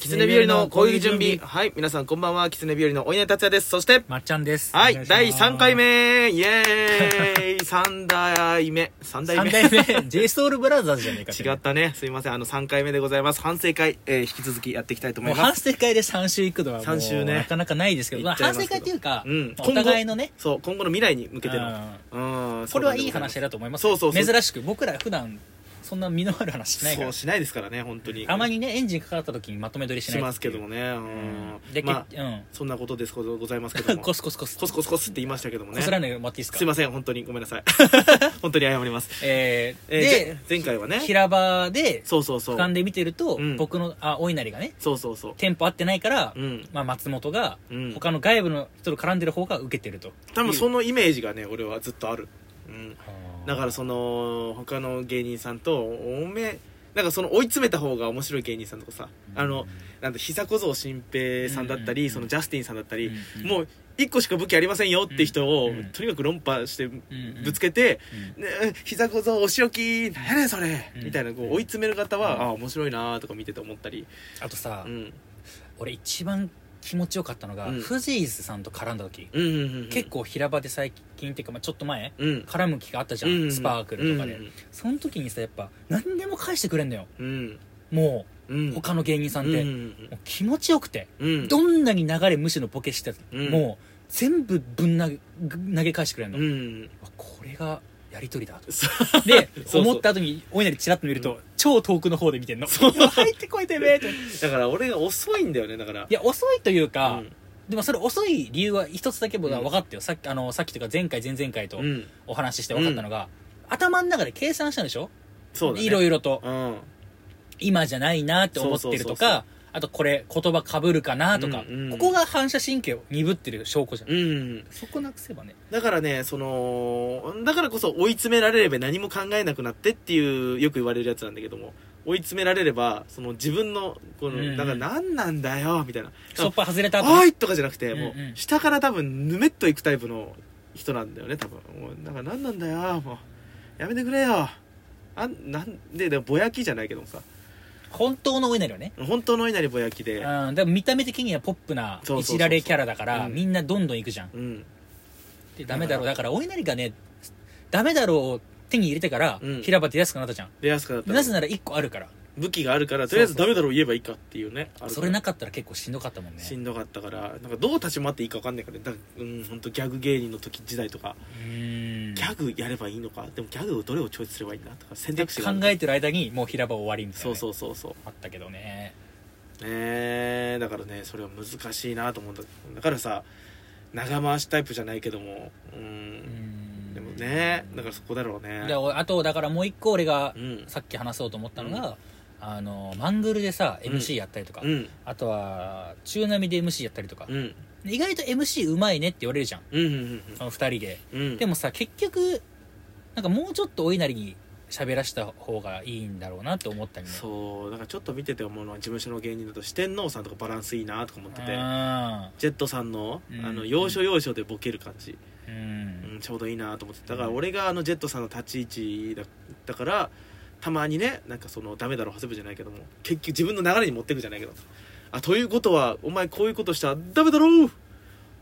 狐日和の攻撃準備。はい、皆さんこんばんは、狐日和のお稲荷達也です。そして、まっちゃんです。はお願い、します第3回。目イエーイ !3 代目 !3 代三目代 目。JSOUL ブラザーズじゃねえかてね違ったね。すいません。あの、3回目でございます。反省会、えー引き続きやっていきたいと思もういま反す。省会で3週行くのはもう三週ねなかなかないですけど、まあ、行っちゃい反ます省けど会っていうか、うんまあお互いのね、そう、今後の未来に向けてうの。うん、これはいい話だと思いますよそうそうそう珍しく僕ら普段そんな身のある話しないかそらう、しないですからね、本当に。たまにねエンジンかかった時にまとめ取りしないしますけどっもね。うていうんで、まけあ、うんそんなことですございますけ ども。コスコスコスコスコスコスって言いましたけどもね。こすらないでもらっていいですかすいません、本当にごめんなさい。 本当に謝ります。えーえーでぜ前回はね、平場でそうそうそう俯。瞰で見てると、うん僕のあお稲荷がねそうそうそう。テンポ合ってないから、うん。まあ、松本がうん。他の外部の人と絡んでる方が受けてると多分いそうのイメージがね、俺はずっとある。うん。あーだからその、他の芸人さんと、おめなんかその追い詰めた方が面白い芸人さんとかさ、あの、なんと久小僧新平さんだったうんうんうり、んそのジャスティンさんだったうり、んもう一個しか武器ありませんよって人をうん、とにかく論破してうんぶつけて、うんね、膝小僧お仕置きなんやねんそれ、うんみたいなこう追い詰める方は、うんああ面白いなーとか見てて思ったり、あとさ、うん、俺一番気持ちよかったのが、うんフジーズさんと絡んだ時、うんうんうんうん結構平場で最近っていうか、まあ、ちょっと前うん絡む気があったじゃん、スパークルとかで、その時にさやっぱ何でも返してくれんのようんもうんううん他の芸人さんって、うんもう気持ちよくて、うんうんどんなに流れ無視のボケして、うんもう全部ぶん投げ投げ返してくれんの、うんうんわこれがやりとりだ とそでそうそう思った後にお稲荷チラッと見ると、超遠くの方で見てんのそう入ってこいてめえっていだから俺が遅いんだよねだからや遅いというか、うんでもそれ遅い理由は一つだけ僕はうん分かったよ、さっきあのさっきというか前回前々回とうんお話しして分かったのが、頭の中で計算したんでしょそうだねいろいろとうん今じゃないなって思ってるそうそうとそうそうかあとこれ言葉かぶるかなとか、うんうんここが反射神経を鈍ってる証拠じゃん、うんそこなくせばねだからねそのだからこそ追い詰められれば何も考えなくなってっていうよく言われるやつなんだけども追い詰められればその自分のこうんうのんだから何なんだよみたいなそっぱ外れた後おいとかじゃなくて、うんもうんう下から多分ぬめっといくタイプの人なんだよね多分もうなんか何なんだよもうやめてくれよあんなんででぼやきじゃないけどもさ本当のお稲荷はね本当の稲荷ぼやきでうん、でも見た目的にはポップなそうそうそういそうじられキャラだからうんみんなどんどん行くじゃんうんでダメだろうだからお稲荷がねダメだろうを手に入れてからうん平場出やすくなったじゃん、レアスカだったならぜなら1個あるから武器があるからとりあえずそうそダうメだろう言えばいいかっていうねあるからそれなかったら結構しんどかったもんねしんどかったからなんかどう立ち回っていいか分かんないからねだからうん本当ギャグ芸人の時時代とか、うーんギャグやればいいのかでもギャグをどれをチョイスすればいいんだとか選で択考肢があるえてる間にもう平場終わりみたいなそね、うそうそうそうあったけどねねえだからねそれは難しいなと思うんだだからさ長回しタイプじゃないけどもううんんでもねだからそこだろうねでおあとだからもう1個俺がうんさっき話そうと思ったのが、あのマングルでさ MC やったりとか、うんあとは中波で MC やったりとか、うん意外と MC うまいねって言われるじゃんうんうんその2人でうんうんでもさ結局なんかもうちょっとお稲荷に喋らした方がいいんだろうなと思ったりねそうだからちょっと見てて思うのは事務所の芸人だと四天王さんとかバランスいいなとか思っててうんジェットさんのうんあの要所要所でボケる感じ、ううんん、ちょうどいいなと思ってだから俺があのジェットさんの立ち位置だだからたまにねなんかそのダメだろ長谷部じゃないけども結局自分の流れに持っていくじゃないけどあということはお前こういうことしたらダメだろう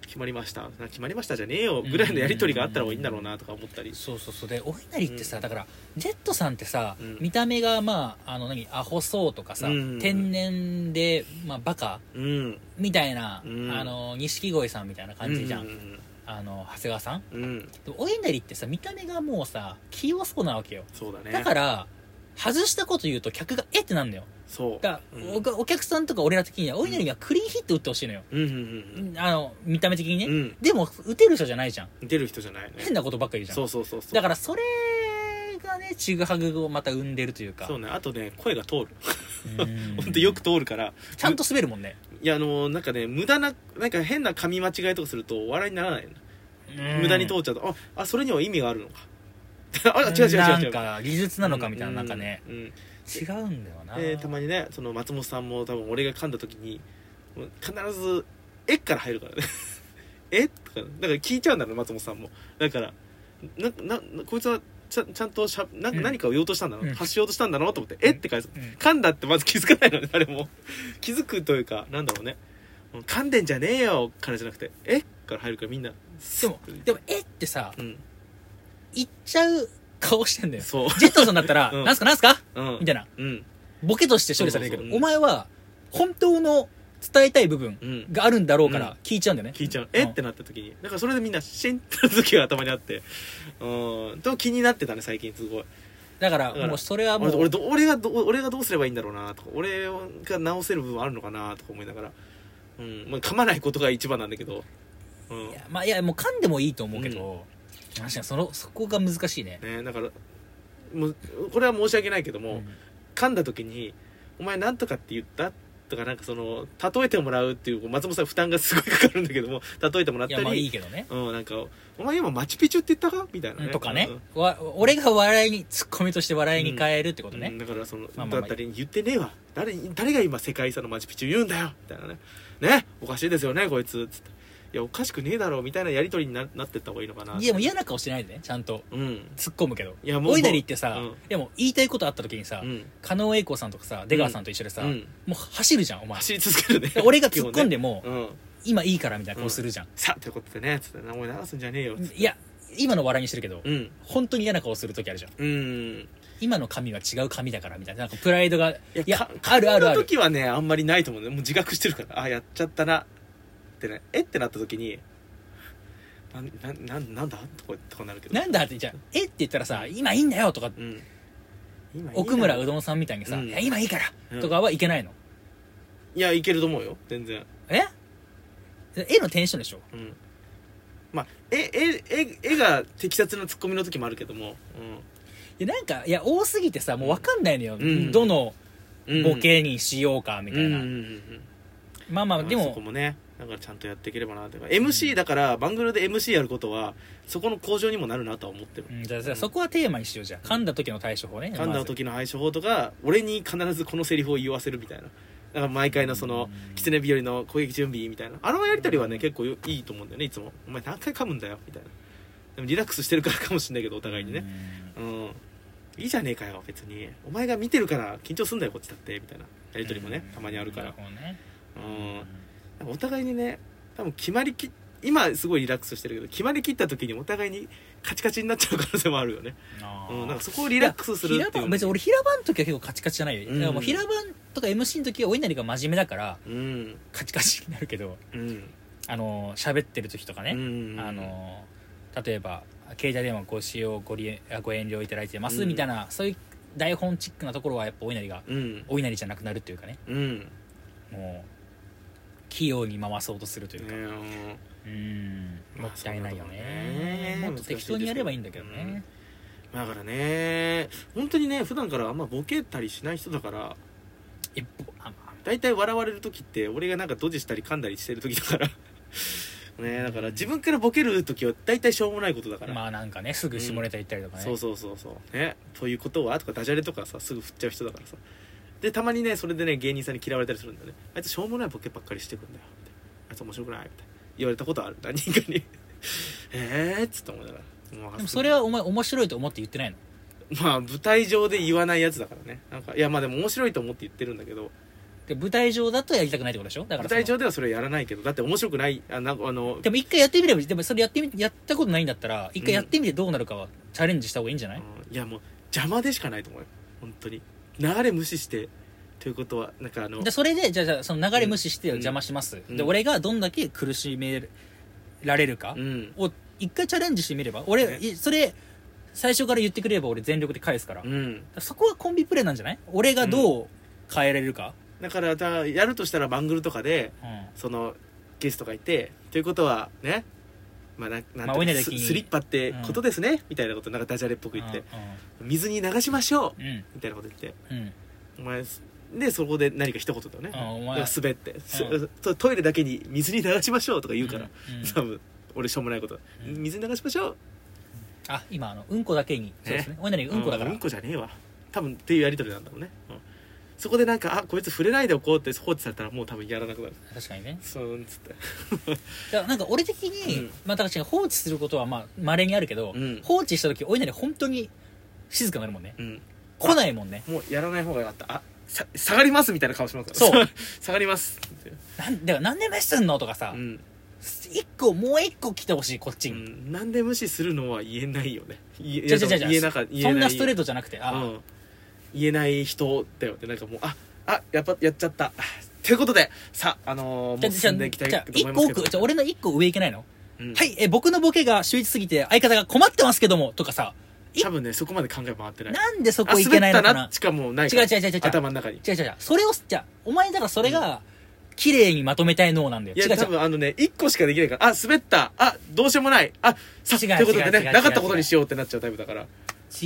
決まりましたな決まりましたじゃねえよぐらいのやり取りがあったらいいんだろうなとか思ったりそうそうそうでお稲荷ってさ、だからジェットさんってさ、うん見た目がまああの何アホそうとかさ、うん天然で、まあ、バカうんみたいな、うんあの錦鯉さんみたいな感じじゃん、うんあの長谷川さんうんうんでもお稲荷ってさ見た目がもうさ器用そうなわけよそうだねだから外したこと言うと客がえってなんだよそうだからうんおお客さんとか俺ら的にはお稲荷にはクリーンヒット打ってほしいのよ、うんうんあの見た目的にね、うんうんでも打てる人じゃないじゃん出る人じゃないね変なことばっかり言うじそゃんうそうそうそうだからそれがねちぐはぐをまた生んでるというかそうねあとね声が通る うん本当よく通るからちゃんと滑るもんねいやあのなんかね無駄ななんか変な噛み間違いとかすると笑いにならないの、無駄に通っちゃうとああそれには意味があるのかあ違う違う違う違うなんか技術なのかみたいななんかね、、うんうん違うんだよな、でたまにねその松本さんも多分俺が噛んだ時にもう必ず「え」から入るからね 「え」とかだから聞いちゃうんだろう松本さんもだからなななこいつはちゃんちゃんとしゃなんかうん何かを言おうとしたんだろう、うん発しようとしたんだろうと思って「えっ?」て返すうん噛んだってまず気づかないのね誰も 気づくというかなんだろうねうん噛んでんじゃねえよからじゃなくて「えから入るからみんなでもでもえってさうん言っちゃう顔してんだよそう、ジェットさんだったらうんなんすかなんすかうんみたいなうんボケとして処理されるけどそうそうそううんお前は本当の伝えたい部分うんがあるんだろうかうんら聞いちゃうんだよね、聞いちゃうえってなった時にだからそれでみんなシンってなった時が頭にあってうんと気になってたね最近すごいだかだかららもうそれはも俺う俺ど俺がど俺がどうすればいいんだろうなとか俺が直せる部分あるのかなとか思いながら、うんまあ、噛まないことが一番なんだけど、うんいやまあいやもう噛んでもいいと思うけど、確かにそのそこが難しいね、ね、だからもうこれは申し訳ないけども、うん噛んだ時に「お前なんとかって言った?」とかなんかその例えてもらうっていう松本さん負担がすごいかかるんだけども例えてもらっいたやまあいいり。けどねうん、なんか「お前今マチュピチュって言ったか?」みたいなねとかねうん、わ俺が笑いにツッコミとして笑いに変えるってことね、うんだからその、まあまあまあだったり言ってねえわ誰誰が今世界遺産のマチュピチュ言うんだよみたいなねねおかしいですよねこいつつっていやおかしくねえだろうみたいなやり取りにななってった方がいいのかないやもう嫌な顔してないでねちゃんとうん突っ込むけどいやもうおいなりってさ、うんでも言いたいことあった時にさ、うん狩野英孝さんとかさ出川さんと一緒でさ、うんもう走るじゃんお前走り続けるねで俺が突っ込んででも、うん今いいからみたいな顔するじゃん、さってことでねつって名前流すんじゃねえよいや今の笑いにしてるけど、うん本当に嫌な顔する時あるじゃんうんい今の髪は違う髪だからみたいななんかプライドがいやかあるあるあこのる時はねあんまりないと思うねもう自覚してるからあやっちゃったなってねえってなった時になんなんなんなんだとかとかなるけどなんだってじゃあえって言ったらさ今いいんだよとかうん今いいな奥村うどんさんみたいにさ、うんいや今いいから、うんとかはいけないのいやいけると思うよ全然え絵のテンションでしょうんまあ絵絵絵絵が適切なツッコミの時もあるけども、いやなんかいや多すぎてさもう分かんないのよ、うんどのうん、ボケにしようかみたいな、うんうんうんうんまあまあでそこももねだからちゃんとやっていければなっていうか MC だから番組で MC やることはそこの向上にもなるなとは思ってるうんじゃあじゃあそこはテーマにしようじゃん噛んだ時の対処法ね噛んだ時の配処法とか俺に必ずこのセリフを言わせるみたいなだから毎回のその「狐日和の攻撃準備」みたいなあのやり取りはね結構よいいと思うんだよねいつも「お前何回噛むんだよ」みたいなでもリラックスしてるからかもしれないけどお互いにねうん、いいじゃねえかよ別にお前が見てるから緊張すんだよこっちだってみたいなややり取りもねたまにあるから、ねうん、お互いにね多分決まりき今すごいリラックスしてるけど決まりきった時にお互いにカチカチになっちゃう可能性もあるよね、あうーん、なんかそこをリラックスするいやってい平う場別に俺平場の時は結構カチカチじゃないよ、うんだからもう平場とか MC の時はお稲荷が真面目だからうんカチカチになるけど うんあのー喋ってる時とかね、うんあのー例えば携帯電話ご使用ごりえあご遠慮いただいてます、うんみたいなそういう台本チックなところはやっぱお稲荷がうんお稲荷じゃなくなるっていうかねうんねもう器用に回そうとするというか、うんうんもったいないよね,、まあもっと適当にやればいいんだけど難しいでね、だからね本当にね普段からあんまボケたりしない人だから一歩あまあ大体笑われる時って俺がなんかドジしたり噛んだりしてる時だからねえだから自分からボケる時は大体しょうもないことだから、まあなんかねすぐ下ネタ言ったりとかね、そうそうそうそうねということはとかダジャレとかさすぐ振っちゃう人だからさでたまにねそれでね芸人さんに嫌われたりするんだよねあいつしょうもないボケばっかりしてくんだよってあいつ面白くないみたいな言われたことある何人かに ええっつって思いながらもうでもそれはお前面白いと思って言ってないのまあ舞台上で言わないやつだからねなんかいやまあでも面白いと思って言ってるんだけどで舞台上だとやりたくないってことでしょだから舞その台上ではそれやらないけどだって面白くないあなんかあのでも一回やってみればでもそれやってみやったことないんだったら一回やってみてどうなるかはチャレンジした方がいいんじゃない、うんいやもう邪魔でしかないと思うよ本当に流れ無視してということはなんかあのでそれでじゃあじゃあその流れ無視してうん邪魔します、うんで俺がどんだけ苦しめられるかうんを一回チャレンジしてみれば俺、ねいそれ最初から言ってくれれば俺全力で返すから、うんそこはコンビプレーなんじゃない俺がどう変えられるか、だからだやるとしたら番組とかでそのゲストがいてということはねまあななんまとあおか稲荷ス君スリッパってことですね、みたいなことなんかダジャレっぽくうん言って、水に流しましょううんうんみたいなこと言ってうんお前すでそこで何か一言だよねあお前だから滑って、すうんとトイレだけに水に流しましょうとか言うから、うん多分俺しょうもないこと、うん水に流しましょうあ今あのうんこだけにそうですねお稲荷がうんこだから、うんこじゃねえわ多分っていうやり取りなんだろうね、うんそこでなんかあこいつ触れないでおこうって放置されたらもう多分やらなくなる確かにねそーんっつってだからなんか俺的に、うんまあ確かに放置することはまあ稀にあるけど、うん放置した時お稲荷本当に静かになるもんねうん来ないもんねもうやらない方がよかったあさ下がりますみたいな顔しますそう 下がりますってなんだからなんで無視すんのとかさ、うん、一個もう一個来てほしいこっうちに、ん、なんで無視するのは言えないよね言えじゃじゃじゃじゃ言えなか言えそないんなストレートじゃなくてあ、うん、言えない人だよねなんかもうああやっぱやっちゃったということでさああのー、もじゃうじゃ進んじでいゃきたいじゃと思一いま個すけど奥じゃ俺の一個上いけないの、うんはいえ僕のボケが秀逸すぎて相方が困ってますけどもとかさ多分ねそこまで考え回ってないなんでそあこいけないのかなしかもない違かうら違う違う違う頭の中に違う違う違うそれをじゃあお前だからそれが綺麗にまとめたい脳なんだよい違う違や多う分あのね1個しかできないからあ滑ったあどうしようもないあさ違うということで違う違ねうなかったことにしようってなっちゃうタイプだから違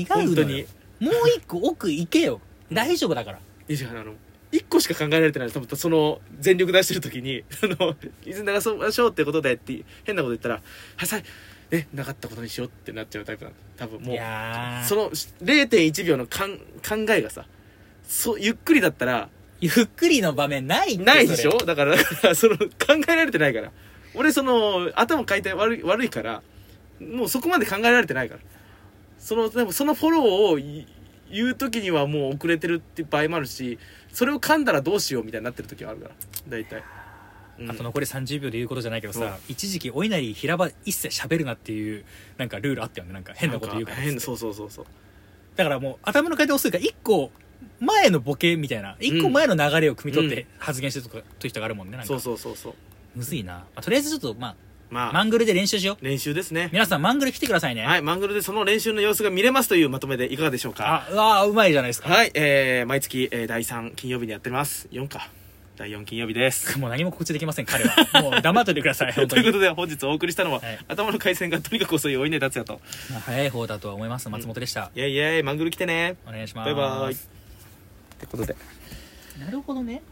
う本当のによもう一個奥行けよ大丈夫だからいやあの1個しか考えられてない多分その全力出してる時に 「あの水流そうましょう」ってことでって変なこと言ったら「はいさいねなかったことにしよう」ってなっちゃうタイプなんだ多分もいうやーその0.1秒のかん考えがさそうゆっくりだったらゆっくりの場面ないってないでしょそだから だからその考えられてないから俺その頭回転悪い悪いからもうそこまで考えられてないからそのでもそのフォローをい言う時にはもう遅れてるって場合もあるしそれを噛んだらどうしようみたいになってる時はあるから大体、うれんあと残り30秒で言うことじゃないけどさ、うん一時期お稲荷平場一切喋るなっていうなんかルールあったよねなんか変なこと言うからん変なそうそうそうそうだからもう頭の回転をするから一個前のボケみたいな一個前の流れを汲み取って発言してるとか、という人があるもんねなんそうかそうそうそうむずいな、まあ、とりあえずちょっとまあまあ、マングルで練習しよう練習ですね皆さんマングル来てくださいね、はいマングルでその練習の様子が見れますというまとめでいかがでしょうかあうわーうまいじゃないですかはい、えー、毎月、えー、第3金曜日にやってます。4か。第4金曜日です。もう何も告知できません彼はもう黙っといてください本当 というこにとで、本日お送りしたのは、はい頭の回線がとにかく遅いお稲荷達也と、まあ早い方だとは思います松本でした、イェイイェイ、マングル来てね。お願いしますバイバーイ。ってことで。なるほどね